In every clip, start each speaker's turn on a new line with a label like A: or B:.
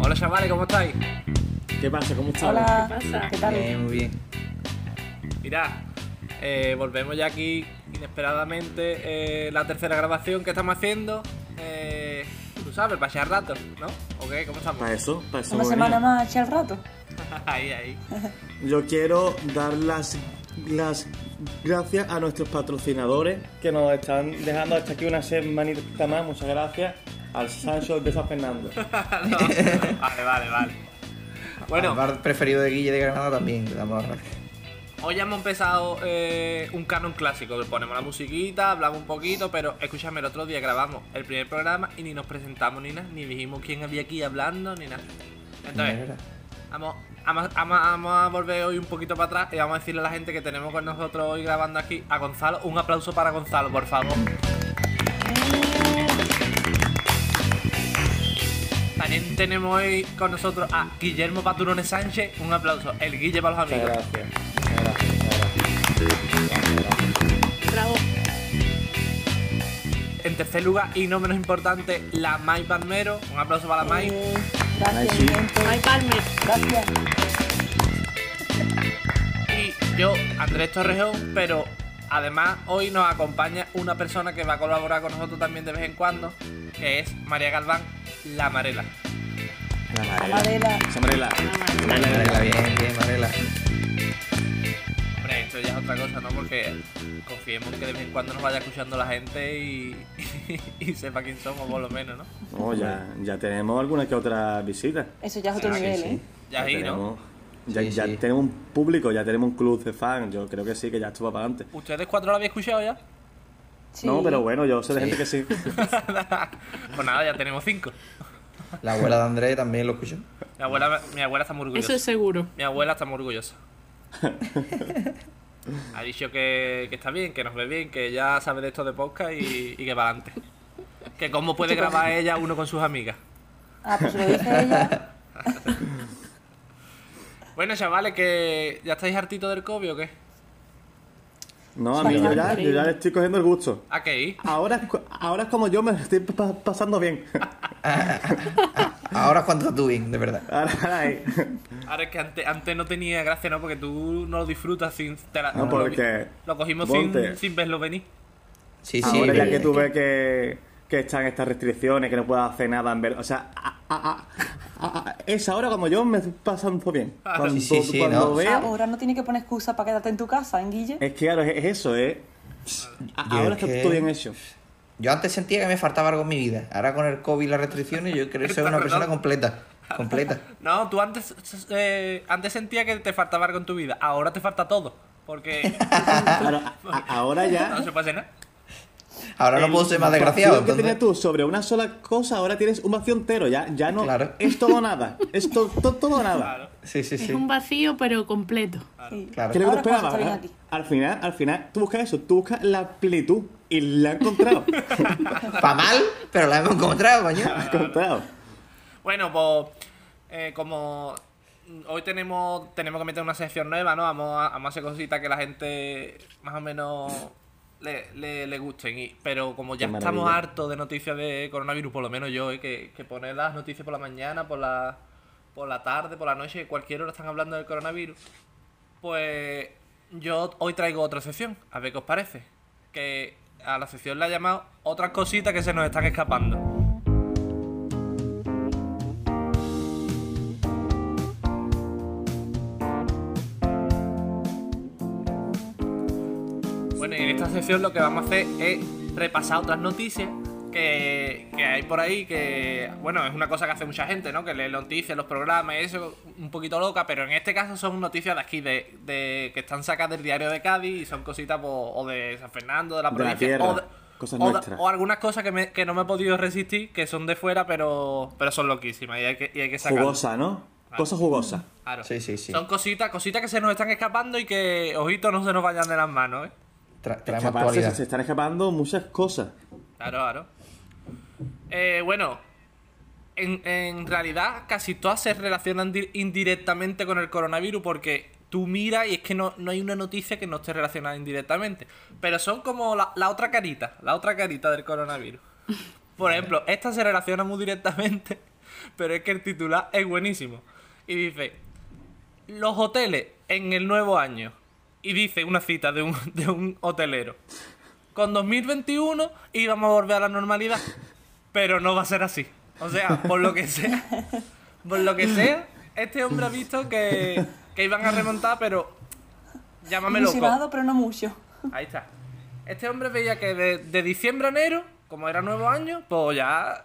A: Hola chavales, ¿cómo estáis?
B: ¿Qué pasa? ¿Cómo estás?
C: Hola,
D: ¿Qué pasa?
C: ¿qué tal?
A: Bien, muy bien. Mirad, eh, volvemos ya aquí inesperadamente eh, la tercera grabación que estamos haciendo. Eh, tú sabes, para echar rato, ¿no? ¿O qué? ¿Cómo estamos?
B: Para eso, para eso.
C: Una
B: venía.
C: semana más, echa el rato.
A: ahí, ahí.
B: Yo quiero dar las, las gracias a nuestros patrocinadores que nos están dejando hasta aquí una semanita más. Muchas gracias al Sancho de San Fernando.
A: No. Vale, vale, vale.
D: Bueno.
A: Bueno,
D: bar preferido de Guille de Granada también, le damos las gracias.
A: Hoy hemos empezado eh, un canon clásico, que ponemos la musiquita, hablamos un poquito, pero escúchame, el otro día grabamos el primer programa y ni nos presentamos ni nada, ni dijimos quién había aquí hablando, ni nada. Entonces,
D: Mierda.
A: vamos, vamos, vamos- vamos a volver hoy un poquito para atrás y vamos a decirle a la gente que tenemos con nosotros hoy grabando aquí a Gonzalo. Un aplauso para Gonzalo, por favor. También tenemos hoy con nosotros a Guillermo Paturones Sánchez. Un aplauso, el Guille para los
B: Muchas
A: amigos.
B: gracias. Muchas gracias. muchas gracias.
D: Bravo.
A: En tercer lugar, y no menos importante, la Mai Palmero. Un aplauso para la Mai.
C: Eh, gracias,
B: Ay, sí.
C: gente.
E: Ay, Palmer.
C: Gracias.
A: Y yo, Andrés Torrejón, pero además hoy nos acompaña una persona que va a colaborar con nosotros también de vez en cuando, que es María Galván, la Marela.
D: La Marela.
C: Adela,
B: Sombrela.
D: La Marela, bien, bien, Marela.
A: Hombre, esto ya es otra cosa, ¿no? Porque confiemos que de vez en cuando nos vaya escuchando la gente y, y sepa quién somos, por lo menos, ¿no?
B: Oh, ya, ya tenemos alguna que otra visita.
C: eso ya es otro nivel, ¿eh?
A: Ya ahí, ¿no?
B: tenemos, ya,
D: Sí,
B: ya
D: sí.
B: tenemos un público, ya tenemos un club de fans. Yo creo que sí, que ya estuvo para adelante.
A: ¿Ustedes cuatro lo habéis escuchado ya?
C: Sí.
B: No, pero bueno, yo sé de
D: Sí.
B: gente que sí.
A: Pues nada, ya tenemos cinco.
D: La abuela de Andrés también lo escuchó.
A: Mi abuela, mi abuela está muy orgullosa.
E: Eso es seguro.
A: Mi abuela está muy orgullosa. ha dicho que, que está bien, que nos ve bien, que ya sabe de esto de podcast y, y que va adelante. Que cómo puede grabar ella uno con sus amigas.
C: Ah, pues lo dice ella.
A: Bueno, chavales, que ya estáis hartitos del COVID o qué?
B: No, a mí yo ya, yo ya le estoy cogiendo el gusto.
A: ¿A qué ir?
B: Ahora, es cu- ahora es como yo me estoy pa- pasando bien.
D: Ahora cuánto tú bien, de verdad.
B: Ahora, ahora ahí.
A: Ahora es que antes, antes no tenía gracia, ¿no? Porque tú no lo disfrutas sin... te la-
B: No,
A: lo-
B: porque-
A: Lo, cogimos
B: ponte.
A: sin, sin verlo venir.
D: Sí, sí.
B: Ahora ya
D: bien.
B: que tú ves que, que están estas restricciones, que no puedes hacer nada en ver. O sea, a- a- a- a- es ahora como yo me estoy pasando bien. Cuando,
D: Ah, Sí, sí, sí,
B: cuando
D: no.
B: veo.
C: Ah, Ahora no tiene que poner excusa para quedarte en tu casa, ¿en Guille?
B: Es que claro, es es eso, ¿eh?
D: Yo
B: Ahora
D: es
B: está
D: que-
B: todo bien hecho.
D: Yo antes sentía que me faltaba algo en mi vida. Ahora con el COVID y las restricciones, yo creo que soy una persona completa. Completa.
A: No, tú antes, eh, antes sentía que te faltaba algo en tu vida. Ahora te falta todo. Porque
D: Ah.
B: Claro, a- a- ahora
A: no
B: ya.
A: se puede nada.
D: Ahora no
B: el
D: puedo ser más desgraciado.
B: vacío que tenías
D: entonces-
B: tú sobre una sola cosa, ahora tienes un vacío entero. Ya, ya no.
D: Claro.
B: Es todo o nada. Es to- to- todo o nada.
A: Claro.
D: Sí, sí,
E: Es
D: sí.
E: un vacío, pero completo.
C: Sí.
D: Claro.
B: Creo que
C: Ahora
B: tú
C: es cuando
B: esperabas.
C: está bien
B: ¿eh?
C: aquí.
B: Al final, al final, tú buscas eso, tú buscas la plenitud y la has encontrado.
D: Pa' mal, pero la hemos encontrado, coño.
B: la has encontrado.
A: Bueno, pues eh, como hoy tenemos tenemos que meter una sección nueva, ¿no? Vamos a, vamos a hacer cositas que la gente más o menos le, le, le gusten. Y, pero como ya
B: Qué
A: estamos
B: maravilla.
A: hartos de noticias de coronavirus, por lo menos yo, eh, que, que poner las noticias por la mañana, por la, por la tarde, por la noche, cualquier hora están hablando del coronavirus, pues yo hoy traigo otra sección, a ver qué os parece. Que a la sección le ha llamado otras cositas que se nos están escapando. Bueno, y en esta sección lo que vamos a hacer es repasar otras noticias que, que hay por ahí, que, bueno, es una cosa que hace mucha gente, ¿no? Que lee noticias, los programas, eso, un poquito loca, pero en este caso son noticias de aquí, de, de- que están sacadas del diario de Cádiz y son cositas pues, o de San Fernando, de la
B: De la
A: provincia,
B: tierra,
A: o, de-
B: cosas
A: o de-
B: nuestras.
A: o algunas cosas que, me- que no me he podido resistir, que son de fuera, pero, pero son loquísimas y hay que, y hay que sacarlas.
B: Jugosa, ¿no? Cosa jugosa.
A: Claro.
D: Sí, sí, sí.
A: Son cositas, cositas que se nos están escapando y que, ojito, no se nos vayan de las manos, ¿eh?
D: Tra- traemos
B: Escaparse, se,
D: actualidad.
B: se están escapando muchas cosas.
A: Claro, claro. Eh, bueno, en, en realidad casi todas se relacionan di- indirectamente con el coronavirus porque tú miras y es que no, no hay una noticia que no esté relacionada indirectamente. Pero son como la, la otra carita, la otra carita del coronavirus. Por ejemplo, esta se relaciona muy directamente pero es que el titular es buenísimo. Y dice, los hoteles en el nuevo año. Y dice una cita de un, de un hotelero. Con 2021 íbamos a volver a la normalidad, pero no va a ser así. O sea, por lo que sea, por lo que sea, este hombre ha visto que, que iban a remontar, pero llámame loco.
C: Ilusionado, pero no mucho.
A: Ahí está. Este hombre veía que de, de diciembre a enero, como era nuevo año, pues ya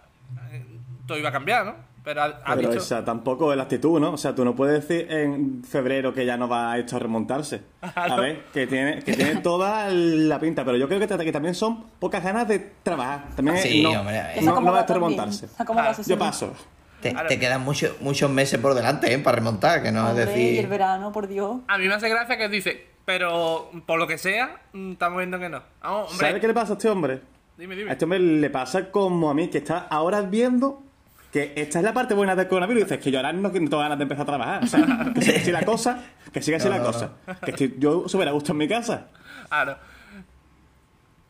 A: eh, todo iba a cambiar, ¿no? Pero ha, ha
B: Pero,
A: dicho-
B: o sea, tampoco es la actitud, ¿no? O sea, tú no puedes decir en febrero que ya no va esto a remontarse. A
A: Claro.
B: ver, que tiene, que tiene toda la pinta, pero yo creo que, ta- que también son pocas ganas de trabajar. También
D: Sí,
B: no,
D: hombre, ahí.
B: no, no va
C: esto
B: a esto a remontarse.
A: Ah,
B: Yo paso.
D: Te,
A: Ahora-
D: te quedan muchos muchos meses por delante ¿eh? para remontar, que no es
C: Y el
D: decir.
C: verano, por Dios.
A: A mí me hace gracia que dice, pero por lo que sea, mm, estamos viendo que no. Vamos, hombre,
B: ¿Sabes qué le pasa a este hombre?
A: dime,
B: A
A: dime.
B: este hombre le pasa como a mí, que está ahora viendo que esta es la parte buena del coronavirus. Y dices que yo ahora no tengo ganas de empezar a trabajar. O sea, que siga así la cosa, que siga así
D: No,
B: la
D: no,
B: cosa. Que estoy yo súper a gusto en mi casa,
A: Ah, no.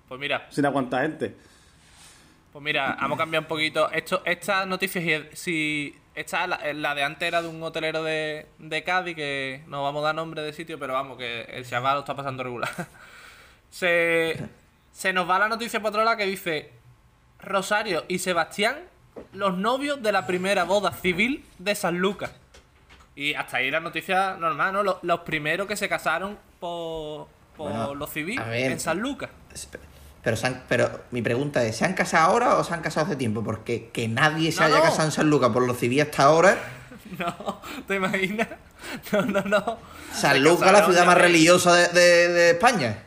A: Pues mira,
B: sin aguantar gente.
A: pues mira, vamos a cambiar un poquito. Esto, esta noticia, si- si esta la, la de antes era de un hotelero de, de Cádiz, que no vamos a dar nombre de sitio, pero vamos, que el chaval lo está pasando regular. se, se nos va la noticia por otro lado que dice Rosario y Sebastián, los novios de la primera boda civil de San Lucas. Y hasta ahí la noticia normal, ¿no? Los, los primeros que se casaron por, por
D: Bueno,
A: lo civil
D: a ver.
A: en San Lucas.
D: Pero, se han- pero mi pregunta es: ¿se han casado ahora o se han casado hace tiempo? Porque que nadie se
A: No,
D: haya
A: no.
D: casado en San Lucas por lo civil hasta ahora.
A: No, ¿te imaginas? No, no, no. Se
D: San Lucas, la
A: casaron,
D: ciudad
A: ya
D: más
A: ves.
D: religiosa de, de- de España.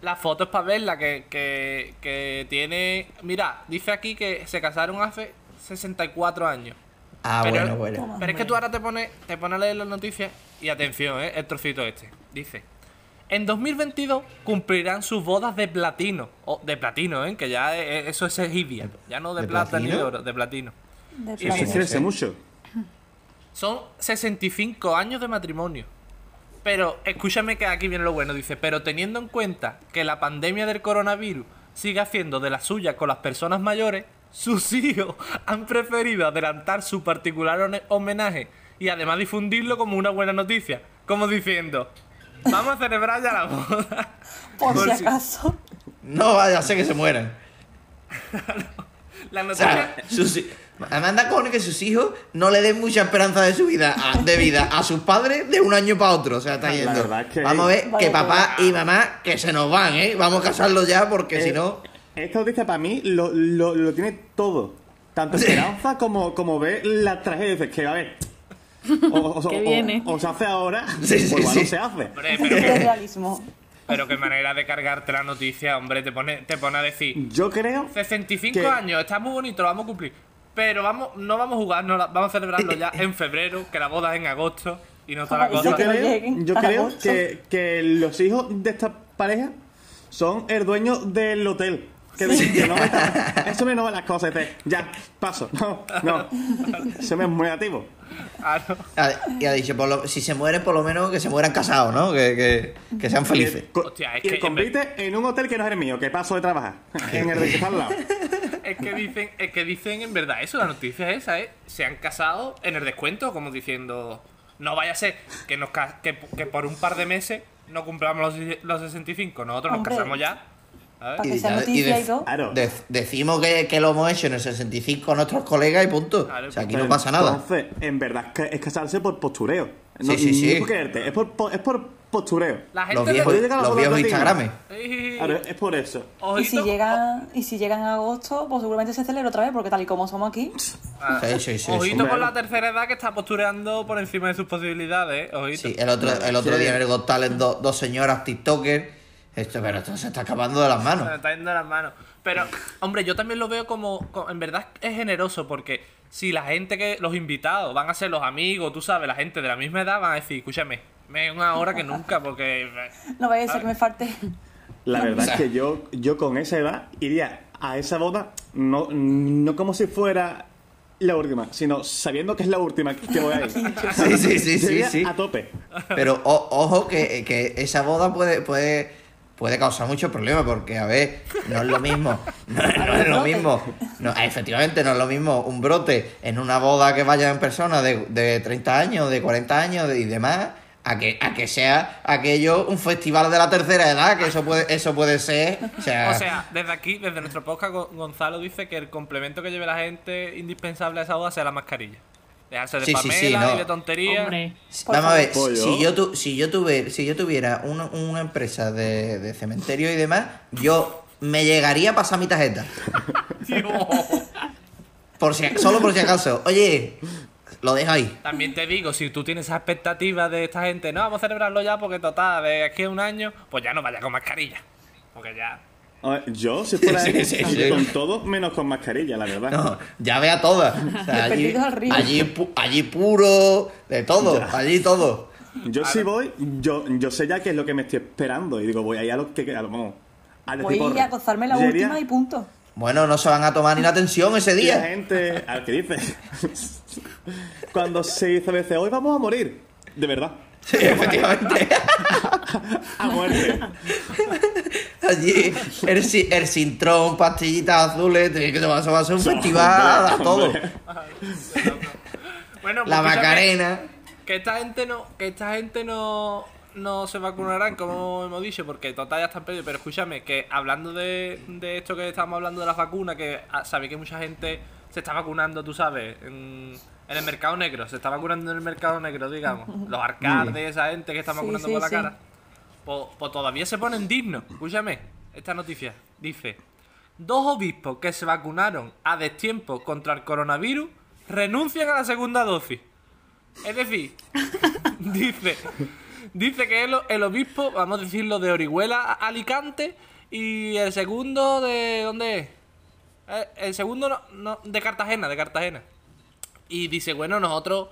A: La foto es para verla, que, que, que tiene... Mira, dice aquí que se casaron hace 64 años.
D: Ah,
A: Pero-
D: bueno, bueno.
C: Toma.
A: Pero es que tú ahora te pones, te pones a leer las noticias y atención, ¿eh? el trocito este. Dice, en 2022 cumplirán sus bodas de platino. O de platino, ¿eh? que ya eh, eso es egidia. Ya no de,
D: ¿De
A: plata ni de
D: platino?
A: oro, de platino.
C: De
A: Y
B: Eso
A: dice-
C: plano.
B: crece mucho.
A: Son 65 años de matrimonio. Pero escúchame que aquí viene lo bueno, dice, pero teniendo en cuenta que la pandemia del coronavirus sigue haciendo de la suya con las personas mayores, sus hijos han preferido adelantar su particular hone- homenaje y además difundirlo como una buena noticia, como diciendo, vamos a celebrar ya la boda.
C: Por si
A: Por si-
C: acaso.
D: No vaya a ser que se mueran.
A: La
D: O sea,
A: noticia,
D: sus hi- Amanda Cohen que sus hijos no le den mucha esperanza de su vida a, de vida a sus padres de un año para otro. O sea, está yendo.
B: Ah, verdad es que-
D: Vamos a ver
C: Vale,
D: que papá y mamá que se nos van, ¿eh? Vamos a casarlos ya porque si
B: Eh,
D: no.
B: Esta noticia para mí lo, lo- lo tiene todo. Tanto
D: Sí.
B: esperanza como, como ver la tragedia. Dices que, a ver. O, o- o-
E: Que
B: o-
E: viene.
B: o se hace ahora,
D: Sí, sí,
B: o igual
D: sí.
B: no se hace.
A: hombre,
C: Un poquito
A: Eh, pero,
C: de realismo.
A: pero qué manera de cargarte la noticia, hombre, te pone, te pone a decir,
B: Yo creo.
A: 65
B: ¿Qué?
A: años, está muy bonito, lo vamos a cumplir. Pero vamos, no vamos a jugar, no la- vamos a celebrarlo ya en febrero, que la boda es en agosto y no está la
C: Ay,
A: cosa.
B: Yo
C: Para que no
B: creo,
C: lleguen
B: yo
C: para
B: creo
C: agosto.
B: que, que los hijos de esta pareja son el dueño del hotel. Que dicen que no me está- eso me no las cosas. dice, ya, paso. No, no. Eso me es muy negativo.
A: Ah, no.
D: Ha- Y ha dicho, por lo- si se mueren, por lo menos que se mueran casados, ¿no? Que, que- que sean felices.
B: Co-
A: Hostia, es
B: y
A: que-
B: convite en un hotel que no es el mío, que paso de trabajar. En el de que está al lado.
A: Es que dicen, es que dicen en verdad eso, la noticia es esa, ¿eh? Se han casado en el descuento, como diciendo, no vaya a ser que nos ca- que, que por un par de meses no cumplamos los, los 65, nosotros
C: Hombre.
A: nos casamos ya. ¿sabes?
C: Para que
D: Y
C: sea
D: ya- y
C: noticia
D: de- Ah,
C: y todo.
B: Claro.
D: De- decimos que, que lo hemos hecho en el 65 nuestros colegas y punto.
A: Claro,
D: o sea, aquí no pasa nada.
B: Entonces, en verdad es que- es casarse por postureo. No,
D: Sí, sí, sí.
B: no es por quererte, es por, po- es por postureo.
A: La gente
D: Los
A: de-
D: viejos,
B: Oye, llega la
D: los
B: boda
D: viejos
B: latina.
D: Instagrames.
A: Ey,
B: Claro, es por eso.
C: Y si,
A: ojito-
C: llegan, y si llegan a agosto, pues seguramente se celebra otra vez, porque tal y como somos aquí,
A: Ah,
D: Sí, sí, sí,
A: ojito
D: sí.
A: con la tercera edad que está postureando por encima de sus posibilidades, ¿eh? Ojito.
D: Sí, el otro, el otro día en el Got Talent, dos- dos señoras TikToker. Esto, pero esto se está escapando de las
A: Se me
D: manos.
A: está yendo las manos. Pero, hombre, yo también lo veo como, co- En verdad es generoso porque si la gente que. Los invitados van a ser los amigos, tú sabes, la gente de la misma edad van a decir, escúchame, me una hora que nunca porque.
C: no vaya a ser que me falte.
B: La verdad es que yo, yo con esa edad iría a esa boda no, no como si fuera la última, sino sabiendo que es la última que voy a ir.
D: Sí, sí, sí, sí,
B: Sería
D: sí.
B: A tope.
D: Pero o- ojo que, que esa boda puede, puede puede causar muchos problemas porque, a ver, no es lo mismo. No, no es lo mismo. No, efectivamente, no es lo mismo un brote en una boda que vayan personas de, de 30 años, de 40 años y demás. A que, a que sea aquello un festival de la tercera edad, que eso puede, eso puede ser. O sea,
A: O sea, desde aquí, desde nuestro podcast, Go- Gonzalo dice que el complemento que lleve la gente indispensable a esa boda sea la mascarilla. Dejarse de
D: Sí, sí,
A: pamela
D: sí, no.
A: y de tonterías.
E: Hombre,
C: Por
D: Vamos a ver,
B: favor.
D: si yo, tu- si yo, tuve- si yo tuviera una, una empresa de, de cementerio y demás, yo me llegaría a pasar mi tarjeta.
A: Dios.
D: Por si, solo por si acaso. Oye, lo dejo ahí.
A: También te digo, si tú tienes esa expectativa de esta gente, no, vamos a celebrarlo ya porque total, de aquí a un año, pues ya no vaya con mascarilla. Porque ya.
B: A ver, yo, si fuera
D: Sí, sí, sí.
B: con todo, menos con mascarilla, la verdad.
D: No, ya ve a todas. O sea,
C: De
D: allí,
C: perdidos al río.
D: allí, pu- allí puro, de todo, allí todo.
B: Yo si voy, yo, yo sé ya qué es lo que me estoy esperando. Y digo, voy ahí a lo que a lo vamos. A
C: Voy a ir a gozarme la última y punto.
D: Bueno, no se van a tomar ni la atención ese
B: Y la
D: día.
B: gente, al que dice. Cuando se dice a veces, hoy vamos a morir. De verdad.
D: Sí, efectivamente.
B: A muerte.
D: Allí, el, si- el cintrón, pastillitas azules, te- que eso va a ser un festival, a todo.
B: Hombre.
A: Bueno, pues
D: La
A: escúchame,
D: Macarena.
A: Que esta gente no, que esta gente no, no se vacunarán, como hemos dicho, porque total ya están perdidos. Pero escúchame, que hablando de, de esto que estamos hablando de las vacunas, que ah, sabéis que mucha gente se está vacunando, tú sabes, en, en el mercado negro, se está vacunando en el mercado negro, digamos. Los arcades, esa gente que está
C: Sí,
A: vacunando
C: sí,
A: por la
C: sí.
A: cara. Pues, pues todavía se ponen dignos. Escúchame, esta noticia dice: Dos obispos que se vacunaron a destiempo contra el coronavirus renuncian a la segunda dosis. Es decir, dice, dice que el, el obispo, vamos a decirlo, de Orihuela a Alicante y el segundo de. ¿Dónde es? Eh, El segundo no- no, de Cartagena, de Cartagena. Y dice, bueno, nosotros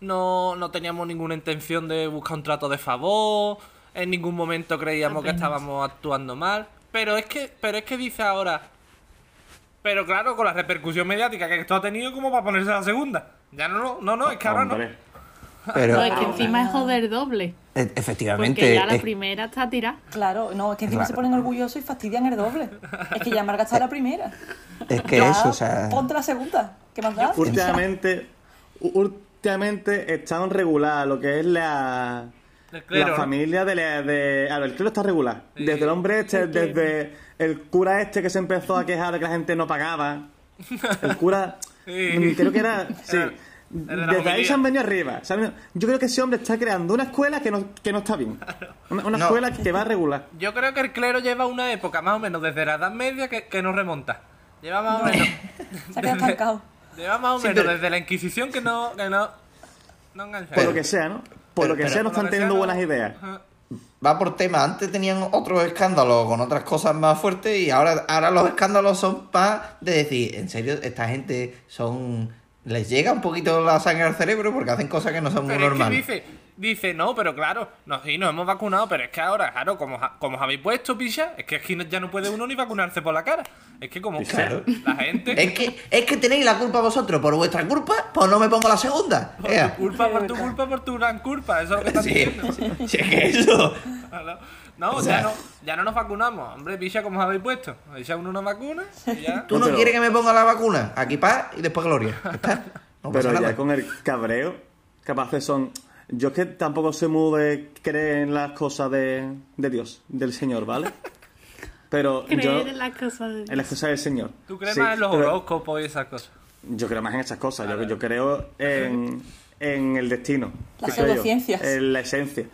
A: no, no teníamos ninguna intención de buscar un trato de favor, en ningún momento creíamos que
E: Apenas.
A: estábamos actuando mal, pero es que pero es que dice ahora, pero claro, con la repercusión mediática que esto ha tenido como para ponerse la segunda. Ya no, no, no, no, es que ahora no.
B: Hombre.
D: Pero,
E: no, es que encima es joder doble.
D: E-
E: Porque
D: Efectivamente.
E: ya la
D: es-
E: primera está tirada.
C: Claro, no, es que encima
D: Claro.
C: se
D: Eh,
C: ponen orgullosos y fastidian el doble. Es que ya me has gastado la primera.
D: Es que
C: Ya,
D: eso, o sea-
C: Ponte la segunda. ¿Qué más da?
B: Últimamente, u- últimamente están regular lo que es la,
A: El clero,
B: la
A: ¿no?
B: familia de, la- de- A ver, el clero está regular. Desde el hombre este, desde el cura este que se empezó a quejar de que la gente no pagaba. El cura... mm,
A: Sí.
B: Creo que era... Sí.
A: el de la
B: Desde ahí
A: homilía.
B: se han venido arriba. se han venido- Yo creo que ese hombre está creando una escuela que no, que no está bien. Una, una
D: No.
B: escuela que va a regular.
A: Yo creo que el clero lleva una época más o menos desde la Edad Media que, que no remonta. Lleva más o menos.
C: Se ha quedado estancado.
A: Lleva más o
D: Sí,
A: menos
D: pero-
A: desde la Inquisición que no que no no engancha.
B: Por lo que sea, ¿no? Por lo que sea, no
A: Por
B: están
A: lo que
B: teniendo
A: sea,
B: buenas
A: no-
B: ideas.
A: Ajá.
D: Va por tema. Antes tenían otros escándalos con otras cosas más fuertes y ahora, ahora los escándalos son para de decir, en serio, esta gente son... Les llega un poquito la sangre al cerebro porque hacen cosas que no son muy
A: Pero es que
D: normales.
A: dice, dice, no, pero claro, nos, sí, nos hemos vacunado, pero es que ahora, claro, como, ja- como os habéis puesto, picha, es que aquí no- ya no puede uno ni vacunarse por la cara. Es que como
D: Claro.
A: la gente...
D: Es que, es que tenéis la culpa vosotros. Por vuestra culpa, pues no me pongo la segunda.
A: Por
D: Ea.
A: tu culpa, por tu culpa, por tu gran culpa, eso es lo que están
D: Sí,
A: diciendo.
D: sí, es que eso.
A: Claro. No,
D: O sea-
A: ya no, ya no nos vacunamos. Hombre, picha, como os habéis puesto. Ya uno no vacuna y ya...
D: Tú no,
B: No, pero-
D: quieres que me ponga la vacuna. Aquí paz y después gloria. Ya está. No pasa
B: Pero ya
D: nada.
B: con el cabreo, capaces son. Yo es que tampoco soy muy de creer en las cosas de, de Dios, del Señor, ¿vale? Pero yo.
E: Creer en las cosas de
B: En las cosas del Señor.
A: Tú crees
B: Sí, eh,
A: más en los
B: pero
A: horóscopos y esas cosas.
B: Yo creo más en esas cosas. Yo, yo creo en, en el destino.
C: Las
B: ¿qué creo yo?
C: pseudociencias.
B: En la esencia.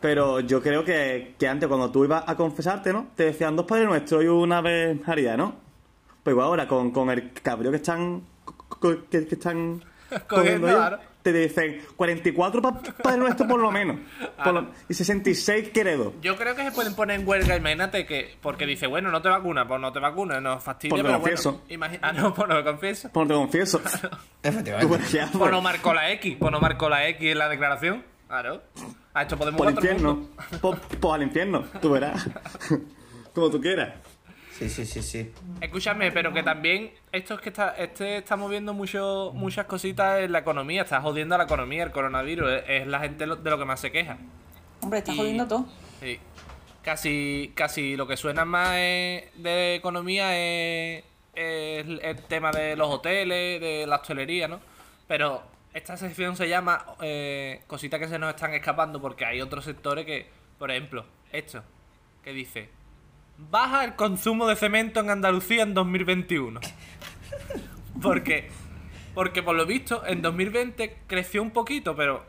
B: Pero yo creo que, que antes, cuando tú ibas a confesarte, ¿no? Te decían dos Padres Nuestros y una vez María, ¿no? Pues igual ahora, con, con el cabreo que están. co- que, que están.
A: Cogiendo,
B: ellos,
A: claro.
B: Te dicen 44 pa- Padres Nuestros por lo menos. por lo- y 66 credos.
A: Yo creo que se pueden poner en huelga, imagínate que, porque dice, bueno, no te vacunas, pues no te vacunas, no fastidia,
B: Porque
A: pero
B: lo
A: bueno,
B: confieso.
A: imagi- ah, no, pues no lo confieso.
B: Por lo que confieso. Tú,
D: Efectivamente.
B: pues, ya,
A: Pues no marcó la X, pues no marcó la X en la declaración, claro. A esto podemos
B: Por el
A: votar
B: infierno.
A: juntos.
B: Por, por al infierno, tú verás. Como tú quieras.
D: Sí, sí, sí, sí.
A: Escúchame, pero que también esto es que está, este está moviendo mucho, muchas cositas en la economía, está jodiendo a la economía, el coronavirus, es, es la gente lo- de lo que más se queja.
C: Hombre, está
A: Y-
C: jodiendo todo.
A: Sí. casi, casi lo que suena más es- de economía es, es el tema de los hoteles, de la hostelería, ¿no? Pero esta sección se llama eh, cositas que se nos están escapando porque hay otros sectores que, por ejemplo, esto, que dice, baja el consumo de cemento en Andalucía en 2021. Porque, porque por lo visto, en 2020 creció un poquito, pero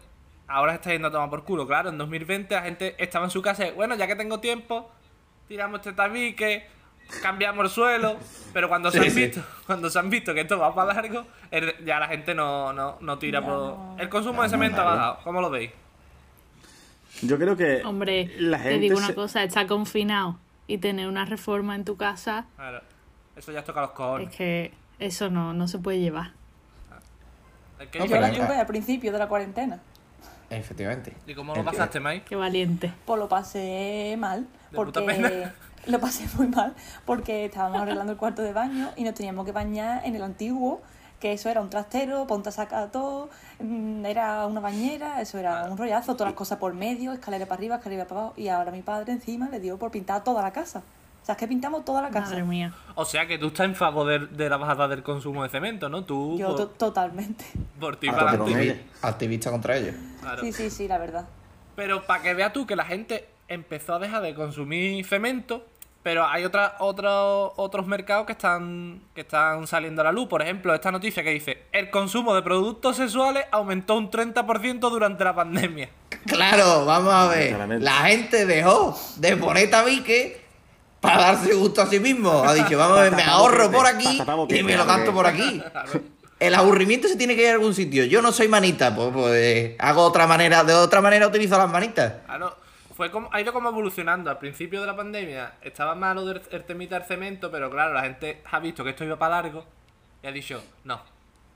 A: ahora se está yendo a tomar por culo. Claro, en 2020 la gente estaba en su casa y, bueno, ya que tengo tiempo, tiramos este tabique, cambiamos el suelo. Pero cuando se
D: Sí,
A: han
D: sí.
A: visto, cuando se han visto que esto va para largo, el- ya la gente no, no, no tira
C: Ya no.
A: por. El consumo
D: Ya
A: de
D: no,
A: cemento ha
D: claro.
A: bajado, ¿cómo lo veis?
B: Yo creo que.
E: Hombre,
B: la
E: te digo
B: gente
E: una
B: se-
E: cosa, está confinado y tener una reforma en tu casa
A: Claro, eso ya toca los cojones.
E: es que eso no, no se puede llevar.
A: El que
D: No,
A: dice-
C: Yo la
D: venga.
C: tuve al principio de la cuarentena.
D: Efectivamente.
A: ¿Y cómo lo
D: El que-
A: pasaste, Mike?
E: Qué valiente.
C: Pues lo pasé mal,
A: De puta
C: porque
A: pena.
C: lo pasé muy mal, porque estábamos arreglando el cuarto de baño y nos teníamos que bañar en el antiguo, que eso era un trastero, ponta saca todo, mm, era una bañera, eso era un rollazo, todas las cosas por medio, escalera para arriba, escalera para abajo, y ahora mi padre encima le dio por pintar toda la casa. O sea, es que pintamos toda la casa.
E: Madre mía.
A: O sea que tú estás en favor de, de la bajada del consumo de cemento, ¿no? Tú
C: Yo to-
A: por,
C: totalmente.
A: por ti
D: Acto
A: para
B: pero
A: adelante.
B: me-
D: activi- Activista contra ellos.
A: Claro.
C: Sí, sí, sí, la verdad.
A: Pero para que veas tú que la gente empezó a dejar de consumir cemento, pero hay otra, otro- otros mercados que están, que están saliendo a la luz. Por ejemplo, esta noticia que dice, el consumo de productos sexuales aumentó un 30% durante la pandemia.
D: Claro, vamos a ver.
B: Claramente.
D: La gente dejó de poner tabique para darse gusto a sí mismo. Ha dicho, vamos a ver, me
B: Patata
D: ahorro
B: boquete,
D: por aquí
B: patata
D: y
B: boquete,
D: me lo
B: claro
D: gasto
B: que-
D: por aquí. El aburrimiento se tiene que ir a algún sitio. Yo no soy manita, pues, pues, eh, hago otra manera, de otra manera utilizo las manitas.
A: Claro, fue como, ha ido como evolucionando. Al principio de la pandemia estaba malo del, el temita del cemento, pero claro, la gente ha visto que esto iba para largo y ha dicho, no,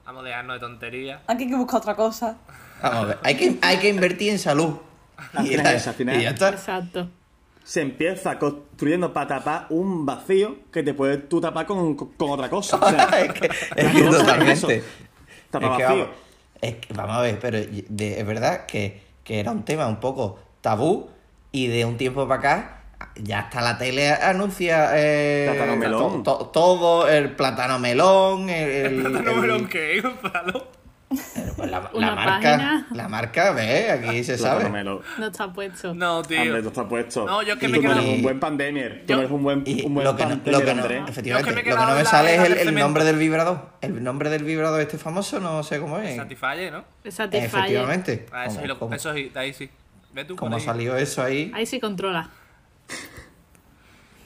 A: vamos a dejarnos de tonterías.
C: Aquí hay que buscar otra cosa.
D: Vamos a ver, hay que, hay que invertir en salud.
B: Al
D: Y,
B: final es, al final.
D: y ya está.
E: Exacto.
B: Se empieza construyendo para tapar un vacío que te puedes tú tapar con, con otra cosa. O sea,
D: es que, es que
B: Claro,
D: totalmente.
B: eso. Tapa
D: Es que
B: vacío.
D: vamos, es que vamos a ver, pero y- de- es verdad que, que era un tema un poco tabú y de un tiempo para acá ya hasta la tele anuncia eh,
B: Plátano melón.
D: to- to- todo el plátano melón, el, el-
A: No
D: el-
A: me lo que es, palo.
D: pues la, la
E: Una
D: marca,
E: página.
D: la marca, ve, aquí se
B: Plátano
D: sabe.
B: melo.
E: No está puesto.
A: No,
B: Hombre,
A: tío.
B: tú estás puesto.
A: No, yo es que
B: Tú
A: me he
B: no
A: quedado-
B: eres un buen pandemier. Tú
A: Yo-
B: no eres un buen,
D: Y
B: un buen
D: lo que no,
B: pandemier,
D: lo que no-
B: Andrés.
D: efectivamente,
A: Yo es que me he
D: lo que no
A: quedado
D: me
A: en la-
D: sale
A: en la
D: es el,
A: de
D: el
A: cemento.
D: nombre del vibrador. El nombre del vibrador este famoso no sé cómo es.
A: Satisfalle, ¿no?
E: Es Satisfyer.
D: Efectivamente.
A: Ah, eso,
D: ¿Cómo-
A: sí lo-
D: cómo-
A: eso sí, de ahí sí. Ve tú por
D: ¿Cómo
A: ahí.
D: salió eso ahí?
E: Ahí sí controla.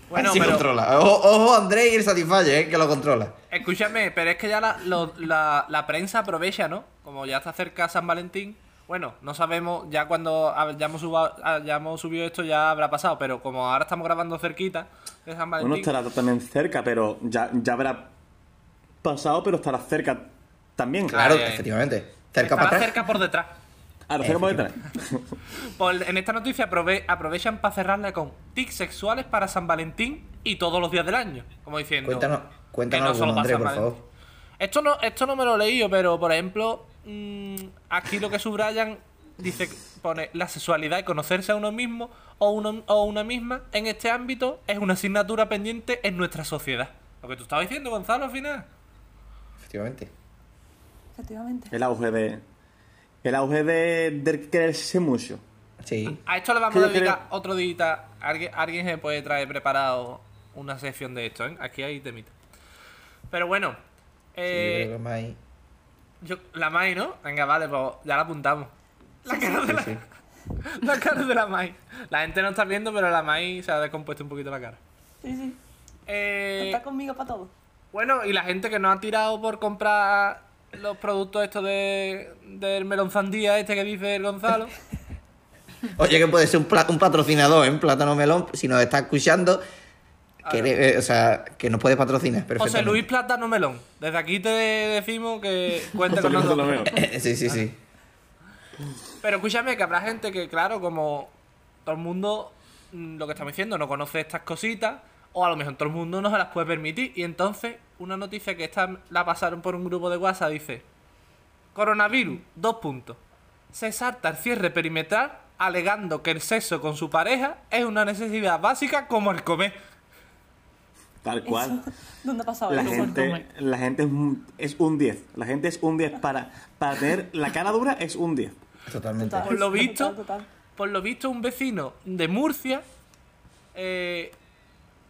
A: Bueno,
D: Ahí sí
A: pero
D: controla. O- ojo, Andrés y el Satisfyer, eh, que lo controla.
A: escúchame, pero es que ya la, lo- la, la prensa aprovecha, ¿no? Como ya está cerca San Valentín. Bueno, no sabemos, ya cuando hayamos, suba- hayamos subido esto ya habrá pasado, pero como ahora estamos grabando cerquita de San Valentín.
B: Bueno, estará también cerca, pero ya, ya habrá pasado, pero estará cerca también.
D: Claro,
A: ya, ya.
D: efectivamente.
A: estará
D: Cerca para atrás.
A: cerca por detrás.
B: A lo cerca por detrás.
A: Pues en esta noticia aprove- aprovechan para cerrarla con tics sexuales para San Valentín y todos los días del año. Como diciendo.
D: Cuéntanos,
A: que no
D: cuéntanos
A: solo pasa
D: alguno, Andrés,
A: en
D: por
A: Valencia.
D: favor.
A: Esto no, esto no me lo he leído, pero por ejemplo, mm, aquí lo que subrayan dice que- pone la sexualidad y conocerse a uno mismo o, uno, o una misma en este ámbito es una asignatura pendiente en nuestra sociedad. Lo que tú estabas diciendo, Gonzalo, al final.
D: Efectivamente.
C: Efectivamente.
B: El auge de. El auge de, de quererse mucho.
D: Sí.
A: A esto le vamos
B: Sí,
A: a
B: yo
A: dedicar otro día. Alguien, alguien se puede traer preparado una sección de esto, ¿eh? Aquí hay temita. Pero bueno,
D: Sí,
A: eh,
D: yo creo que más ahí.
A: yo- la Mai, ¿no? Venga, vale, pues ya la apuntamos. La cara de la,
D: Sí,
A: la cara de la Mai. La gente no está viendo, pero la Mai se ha descompuesto un poquito la cara.
C: Sí, sí.
A: Eh,
C: Está conmigo para todo.
A: bueno, y la gente que no ha tirado por comprar los productos estos de, del melón sandía este que dice el Gonzalo.
D: Oye, que puede ser un, pla- un patrocinador en Plátano Melón, si nos está escuchando, que, eres- eh, o sea, que nos puede patrocinar.
A: José
D: perfectamente.
A: Luis Plátano Melón. Desde aquí te decimos que cuente con
B: José Luis
A: nosotros.
B: Plátano Melón.
D: sí, sí, sí.
A: Pero escúchame, que habrá gente que, claro, como todo el mundo, mm, lo que estamos diciendo, no conoce estas cositas, o a lo mejor todo el mundo no se las puede permitir. Y entonces, una noticia que esta la pasaron por un grupo de WhatsApp dice: Coronavirus, dos puntos. Se salta el cierre perimetral alegando que el sexo con su pareja es una necesidad básica como el comer.
B: Tal cual.
C: Eso, ¿Dónde ha pasado
B: La
C: eso?
B: gente, la gente es un, es un 10. La gente es un 10. Para, para tener la cara dura es un 10.
D: Totalmente.
C: Total.
A: Por lo
C: Total,
A: visto,
C: total.
A: por lo visto un vecino de Murcia, eh,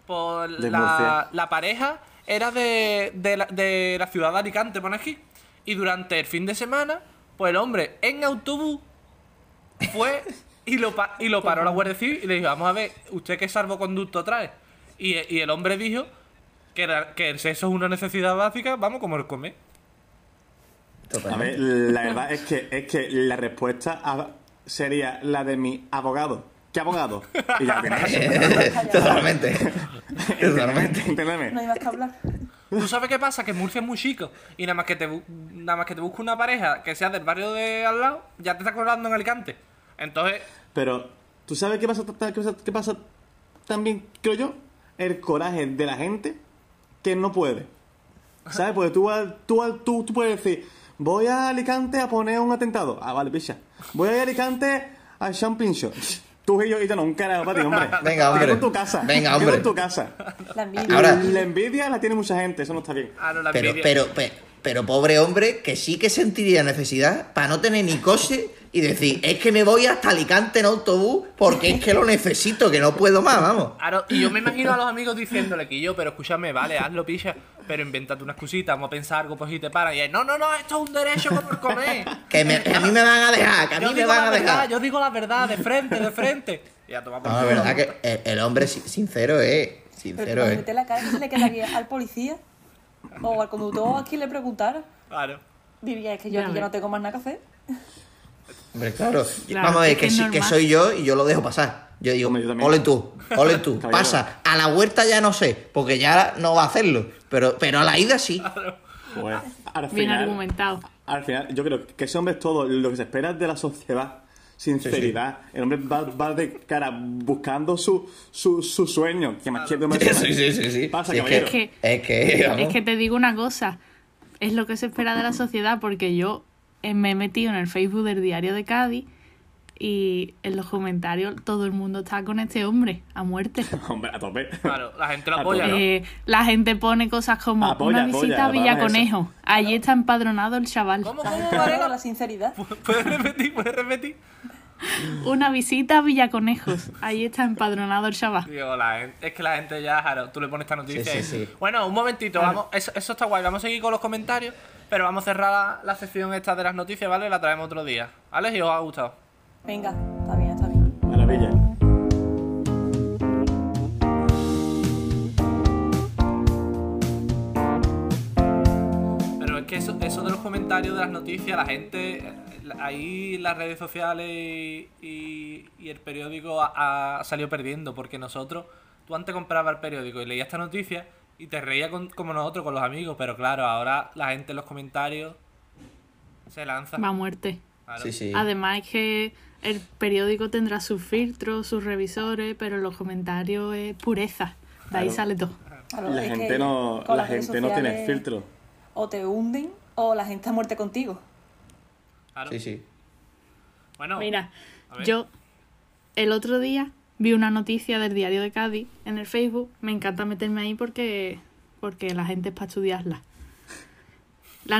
A: por
B: De
A: la,
B: Murcia.
A: la pareja era de, de la, de la ciudad de Alicante, pone aquí. Y durante el fin de semana, pues el hombre en autobús fue y lo, pa- y lo paró la Guardia Civil y le dijo, vamos a ver, ¿usted qué salvoconducto trae? Y, e- y el hombre dijo que, era- que el sexo es una necesidad básica, vamos, como el comer.
B: A
D: Totalmente.
B: ver, la verdad es que, es que la respuesta a- sería la de mi abogado. ¿Qué abogado? Y ya, que no,
D: Totalmente.
B: Entiéndeme,
D: Totalmente.
B: entiéndeme.
C: No hay más que hablar.
A: ¿Tú sabes qué pasa? Que Murcia es muy chico y nada más que te, bu- nada más que te busca una pareja que sea del barrio de al lado, ya te está colando en Alicante. Entonces,
B: Pero, ¿tú sabes qué pasa, ta- ta- qué pasa, qué pasa también, creo yo? El coraje de la gente que no puede. ¿Sabes? Porque tú, al- tú, al- tú, tú puedes decir, voy a Alicante a poner un atentado. Ah, vale, picha. Voy a Alicante a echar un pincho. Tú y yo, y yo no, un carajo para ti, hombre.
D: Venga, hombre.
B: Quédate en tu casa.
D: Venga,
B: Quédate
D: hombre.
B: en tu casa.
C: La envidia.
D: Ahora-
B: La envidia la tiene mucha gente, eso no está bien.
A: a la
D: Pero,
A: envidia.
D: pero, pe- pero, pobre hombre que sí que sentiría necesidad para no tener ni coche y decir, es que me voy hasta Alicante en autobús porque es que lo necesito, que no puedo más, vamos.
A: Claro, y yo me imagino a los amigos diciéndole que yo, pero escúchame, vale, hazlo, picha, pero invéntate una excusita, vamos a pensar algo, pues y te paran. Y ahí, no, no, no, esto es un derecho como el comer.
D: Que me- a mí me van a dejar, que a
A: Yo
D: mí me
A: digo
D: van
A: la
D: a
A: verdad,
D: dejar.
A: yo digo la verdad, de frente, de frente. Y Ya toma por
D: No, la
A: culo.
D: verdad que el, el hombre es sincero eh.
C: Pero
D: Sincero
C: para
D: eh.
C: meter la cara, ¿qué se le quedaría al policía? O al conductor, a quien le preguntara.
A: Claro.
C: Diría, es que yo
E: Ya
C: aquí
E: ves.
C: ya no tengo más nada que hacer.
D: Hombre, claro.
E: Claro,
D: Vamos a ver,
E: es que
D: que,
E: es
D: sí- que
E: normal.
D: soy yo y yo lo dejo pasar. Yo digo,
B: Hombre, yo también.
D: ole tú, ole tú,
B: Caballero.
D: pasa. A la huerta ya no sé, porque ya no va a hacerlo. Pero, pero a la ida sí.
B: Pues, al
E: Bien
B: final,
E: argumentado.
B: Al final, yo creo que ese hombre es todo lo que se espera de la sociedad. Sinceridad. El hombre va, va de cara buscando su, su, su sueño. Que más quiere, más
D: Sí, sí, sí, sí.
B: Pasa,
D: Sí,
B: caballero.
E: Es que-
D: es que, vamos.
E: Es que te digo una cosa, es lo que se espera de la sociedad porque yo eh, me he metido en el Facebook del diario de Cádiz y en los comentarios todo el mundo está con este hombre a muerte.
B: Hombre, a tope.
A: Claro, la gente lo
B: A
A: apoya,
B: tope.
A: ¿no?
E: Eh, la gente pone cosas como
B: Apoya,
E: una
B: apoya,
E: visita
B: la
E: a
B: palabra es
E: Villaconejo. Allí está empadronado el chaval.
A: ¿Cómo,
C: La
A: cómo,
C: gente valora la
A: Varela?
C: sinceridad.
A: ¿Puedes repetir, puedes repetir?
E: Una visita a Villaconejos. Allí está empadronado el chaval.
A: Digo, la gente- es que la gente ya, Jaro, tú le pones esta noticia.
D: Sí, sí,
A: y-
D: sí.
A: Bueno, un momentito, vamos, eso, eso está guay, vamos a seguir con los comentarios, pero vamos a cerrar la, la sección esta de las noticias, ¿vale? La traemos otro día. ¿Vale? Si os ha gustado.
C: Venga, está bien, está bien.
B: Maravilla.
A: Pero es que eso, eso de los comentarios, de las noticias, la gente, eh, la- ahí las redes sociales y, y- y el periódico ha, ha salido perdiendo, porque nosotros, tú antes comprabas el periódico y leías esta noticia y te reías con- como nosotros, con los amigos, pero claro, ahora la gente en los comentarios se lanza.
E: Va a muerte.
A: Claro.
D: Sí, sí.
E: Además es que el periódico tendrá sus filtros, sus revisores, pero los comentarios es pureza. De ahí
B: Claro.
E: sale todo.
C: Claro,
B: La
C: es
B: gente,
C: que
B: no,
C: con
B: la
C: las redes
B: gente no tiene
C: sociales
B: filtro.
C: O te hunden o la gente a muerte contigo.
A: Claro.
D: Sí, sí.
A: Bueno,
E: Mira,
A: A ver.
E: yo el otro día vi una noticia del diario de Cádiz en el Facebook. Me encanta meterme ahí porque, porque la gente es para estudiarla. La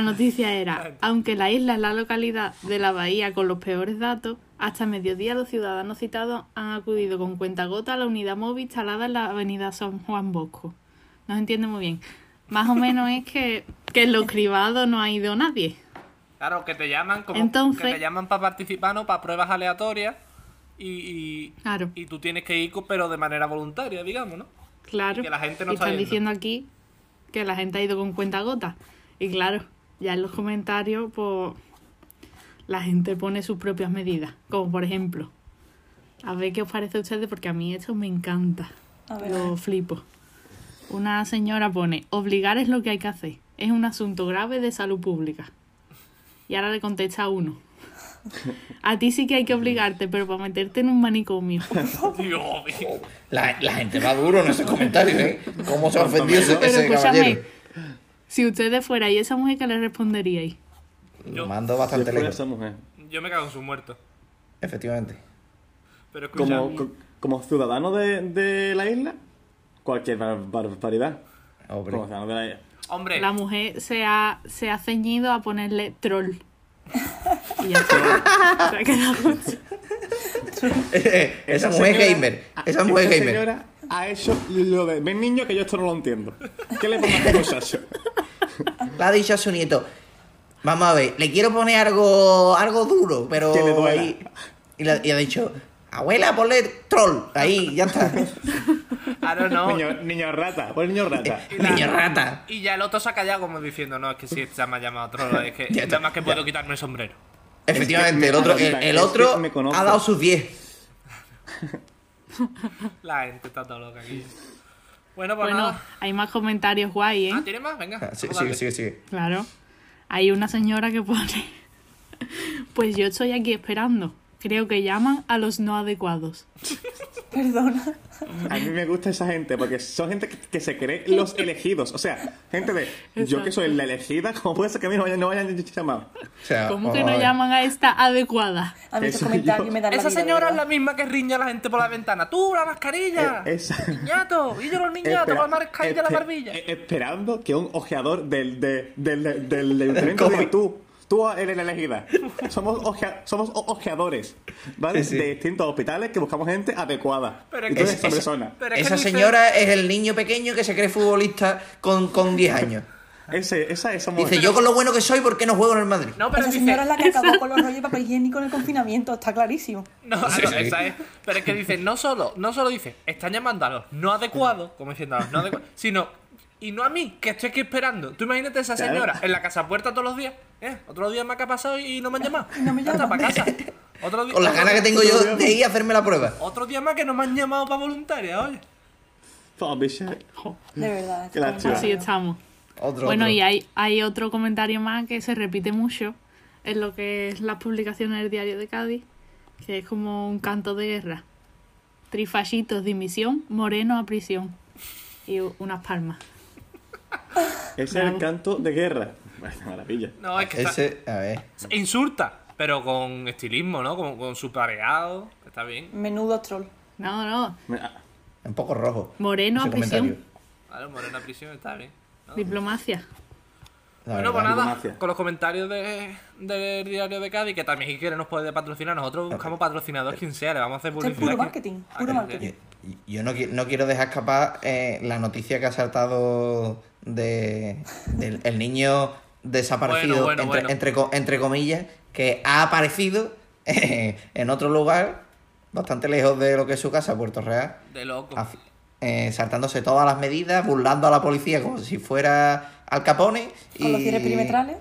E: noticia era, aunque la isla es la localidad de la bahía con los peores datos, hasta mediodía los ciudadanos citados han acudido con cuentagota a la unidad móvil instalada en la avenida San Juan Bosco. No se entiende muy bien. Más o menos es que, que en los cribados no ha ido nadie.
A: claro, que te llaman como
E: Entonces-
A: que te llaman para participar, ¿no? Para pruebas aleatorias y, y,
E: Claro.
A: y tú tienes que ir, pero de manera voluntaria, digamos, ¿no?
E: Claro.
A: Y que la gente no
E: y
A: está
E: están
A: yendo.
E: diciendo aquí que la gente ha ido con cuenta gota. Y claro, ya en los comentarios, pues la gente pone sus propias medidas. Como por ejemplo, a ver qué os parece a ustedes, porque a mí esto me encanta.
C: A ver.
E: Lo flipo. Una señora pone, obligar es lo que hay que hacer. Es un asunto grave de salud pública. Y ahora le contesta uno. A ti sí que hay que obligarte, pero para meterte en un manicomio.
A: Dios mío.
D: La, la gente va duro en esos comentarios, ¿eh? ¿Cómo se ha ofendido ese,
E: Pero
D: ese
E: escúchame,
D: caballero?
E: si ustedes fuerais esa mujer, ¿qué le responderíais?
A: Yo-
D: Lo mando
B: Yo
D: bastante
B: fuera
D: lejos.
B: esa mujer.
A: Yo me cago en sus muertos.
D: Efectivamente.
A: Pero escucha,
B: Como, co- como ciudadano de, de la isla, cualquier bar- barbaridad.
D: Hombre.
B: Como ciudadano de la isla.
A: hombre,
E: La mujer se ha, se ha ceñido a ponerle troll. Y ya está. Se ha quedado-
D: Esa mujer
B: señora-
D: gamer. Esa mujer
B: Esta
D: gamer.
B: señora ha hecho lo de. Ven, niño, que yo esto no lo entiendo. ¿Qué le pongo a este muchacho?
D: Le ha dicho a su nieto, vamos a ver, le quiero poner algo, algo duro, pero...
B: Que le duela.
D: ahí-". Y, le- y ha dicho, abuela, ponle troll. Ahí, ya está.
A: I don't know.
B: Niño, niño rata, pon niño rata.
D: Niño rata.
A: Y ya el otro se ha callado como diciendo, no, es que sí, se me ha llamado otro, es que
D: Ya está,
A: nada más que puedo quitarme el sombrero.
D: Efectivamente, el otro, el, el
B: Es que
D: otro
B: me conozco.
D: ha dado sus 10.
A: La gente está toda loca aquí. Bueno, pues
E: Bueno,
A: nada.
E: hay más comentarios guay, ¿eh?
A: Ah, ¿tiene más? Venga.
D: Ah, sí,
A: vamos a
D: sigue,
A: darle.
D: sigue, sigue.
E: Claro. Hay una señora que pone. Pues yo estoy aquí esperando. Creo que llaman a los no adecuados.
C: Perdona.
B: A mí me gusta esa gente porque son gente que, que se cree los elegidos. O sea, gente de. Yo que soy la elegida, ¿cómo puede ser que a mí no vayan no vayan a llamar?
D: O sea,
E: ¿Cómo que
D: vamos
E: no
D: a ver.
E: llaman a esta adecuada?
C: A mí estos
B: Eso
C: comentarios
B: yo-
C: me dan la
A: Esa
C: vida,
A: señora
C: de
A: es la misma que riña a la gente por la ventana. ¡Tú, la mascarilla!
B: Eh, esa-
A: ¡Niñato! ¡Y yo los niñatos
B: Espera-
A: para marcar de la
B: espe-
A: barbilla!
B: eh, Esperando que un ojeador del, de- del, del, del, ayuntamiento
D: COVID.
B: diga, tú, tú eres la elegida. Somos, ojea- somos o- ojeadores, ¿vale?
D: Sí, sí.
B: De distintos hospitales que buscamos gente adecuada.
A: Pero es
B: y tú
A: que
B: eres
A: es-
B: esa
A: es-
B: persona.
A: Pero es que
D: Esa
A: dice-
D: señora es el niño pequeño que se cree futbolista con, con 10 años.
B: Ese, esa es esa mujer.
D: Dice, yo con lo bueno que soy, ¿por qué no juego en el Madrid?
A: No,
C: verdad.
A: pero
C: Esa
A: dice...
C: señora es la que acabó con los rollos de papel higiénico en el confinamiento, está clarísimo.
A: No,
D: Sí,
A: no,
D: sí.
A: esa es. Pero es que dice, no solo, no solo dice, están llamando a los no adecuados, como diciendo a los no adecuados, sino, y no a mí, que estoy aquí esperando. Tú imagínate a esa
B: Claro.
A: señora en la casa puerta todos los días. Eh, otro día más que ha pasado y no me han llamado.
C: no me
A: Ya está,
C: llaman.
A: para casa. Otro día,
D: Con la
A: otro
D: gana que
A: día-
D: tengo yo de ir a hacerme la prueba.
A: Otro día más que no me han llamado para voluntaria, oye.
B: Oh, bicha.
E: Jo,
C: De verdad. estos
B: Qué lástima.
E: Así
C: comentarios.
E: estamos.
D: Otro,
E: Bueno,
D: otro.
E: y hay, hay otro comentario más que se repite mucho en lo que es las publicaciones del diario de Cádiz, que es como un canto de guerra. Trifallitos, dimisión, moreno a prisión. Y u- unas palmas.
B: Ese es el canto de guerra. Bueno, maravilla.
A: No, es que está-
D: Ese, a ver.
A: insulta, pero con estilismo, ¿no? Con, con su pareado, está bien.
C: Menudo troll.
E: No, no,
B: Mira,
D: Un poco rojo.
E: Moreno
D: ese
E: a prisión.
D: comentario.
A: Claro, Morena Prisión está bien. ¿no?
E: diplomacia.
D: La
A: bueno, pues
D: verdad.
A: nada,
B: diplomacia.
A: con los comentarios de- del diario de Cádiz, que también si quiere nos puede patrocinar, nosotros buscamos patrocinador quien sea, le vamos a hacer
C: Esto es
A: publicidad.
C: puro
A: aquí.
C: marketing,
A: A
C: puro
A: quien
C: marketing.
D: Eh, Yo, yo no, qui- no quiero dejar escapar eh, la noticia que ha saltado de, del el niño desaparecido,
A: Bueno, bueno,
D: entre,
A: bueno.
D: Entre, co- entre comillas, que ha aparecido eh, en otro lugar, bastante lejos de lo que es su casa, Puerto Real,
A: sea. De loco.
D: af- eh, saltándose todas las medidas, burlando a la policía como si fuera Al Capone.
C: Con
D: y...
C: los cierres perimetrales.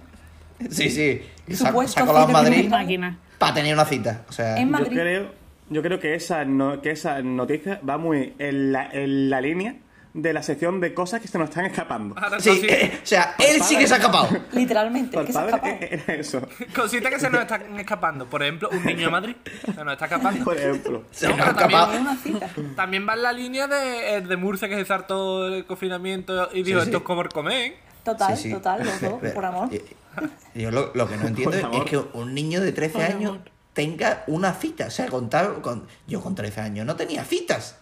D: Sí, sí. Y sac-
C: Supuesto
D: Sacó las
C: cierre
D: Madrid
C: perimetral.
E: Máquina.
D: para tener una cita. O sea,
C: En
B: yo
C: Madrid.
B: creo, yo creo que, esa no- que esa noticia va muy en la, en la línea de la sección de cosas que se nos están escapando.
A: Ahora,
D: sí,
A: cosi-
D: eh, o sea,
C: Pues
D: él sí que se ha escapado.
C: Literalmente, es
B: Por
C: que se ha
B: padre,
C: escapado.
B: eh, eh, eso.
A: cositas que se nos están escapando. Por ejemplo, un niño de Madrid se nos está escapando.
B: Por ejemplo.
D: Se
A: No,
D: nos ha
A: pero también-
D: escapado.
C: Es una cita.
A: También va en la línea de, el de Murcia que se saltó el confinamiento y dijo,
D: Sí, sí.
A: esto es como el comer.
C: Total,
D: Sí, eh, sí.
C: total, los dos, por amor.
D: Yo, yo lo, lo que no entiendo
B: Por
D: es,
B: amor.
D: que un niño de 13
E: Por
D: años
E: amor.
D: tenga una cita. O sea, contar con, yo con 13 años no tenía citas.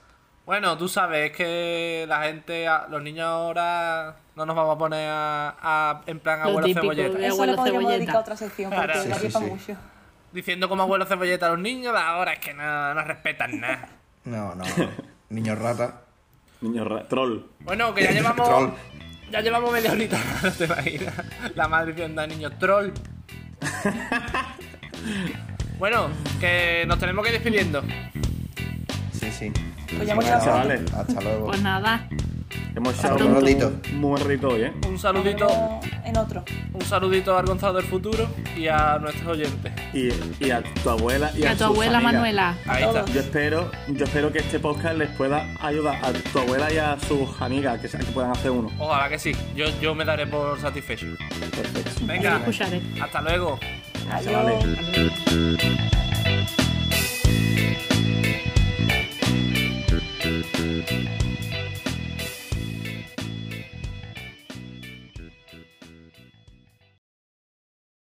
A: Bueno, tú sabes que la gente, a- los niños ahora no nos vamos a poner a, a- en plan
E: Lo
A: abuelo
E: típico
A: cebolleta.
E: de-
C: Eso le
E: abuelo
C: podríamos
E: cebolleta.
C: dedicar a otra sección porque
A: Claro.
C: da
D: Sí, sí,
C: pie pa'
D: sí.
C: mucho.
A: Diciendo como abuelo cebolleta a los niños, ahora es que no, no respetan nada.
D: No, no. Niño rata.
B: Niño ra- troll.
A: Bueno, que ya llevamos.
D: Troll.
A: Ya llevamos media horita, no te imaginas. La madre que anda, niño, troll. bueno, que nos tenemos que ir despidiendo.
D: Sí, sí.
C: Pues ya hemos llegado.
B: Chavales.
D: Hasta luego.
E: Pues nada,
B: Hemos
E: Hasta
B: echado
D: un
B: un
D: ratito.
B: muy ratito hoy, ¿eh?
A: Un saludito,
C: Pero En otro.
A: un saludito al Gonzalo del futuro y a nuestros oyentes.
B: Y, y a tu abuela y
E: y
B: a,
E: a tu
B: su
E: abuela
B: familia.
E: Manuela.
A: Ahí está.
C: Todos.
B: Yo espero, yo espero que este podcast les pueda ayudar a tu abuela y a sus amigas que, se- que puedan hacer uno.
A: Ojalá que sí. Yo, yo me daré por satisfecho.
B: Perfecto.
E: Yo lo
A: Venga,
E: escucharé.
A: hasta luego.
C: Adiós.
B: Chavales.
E: Adiós.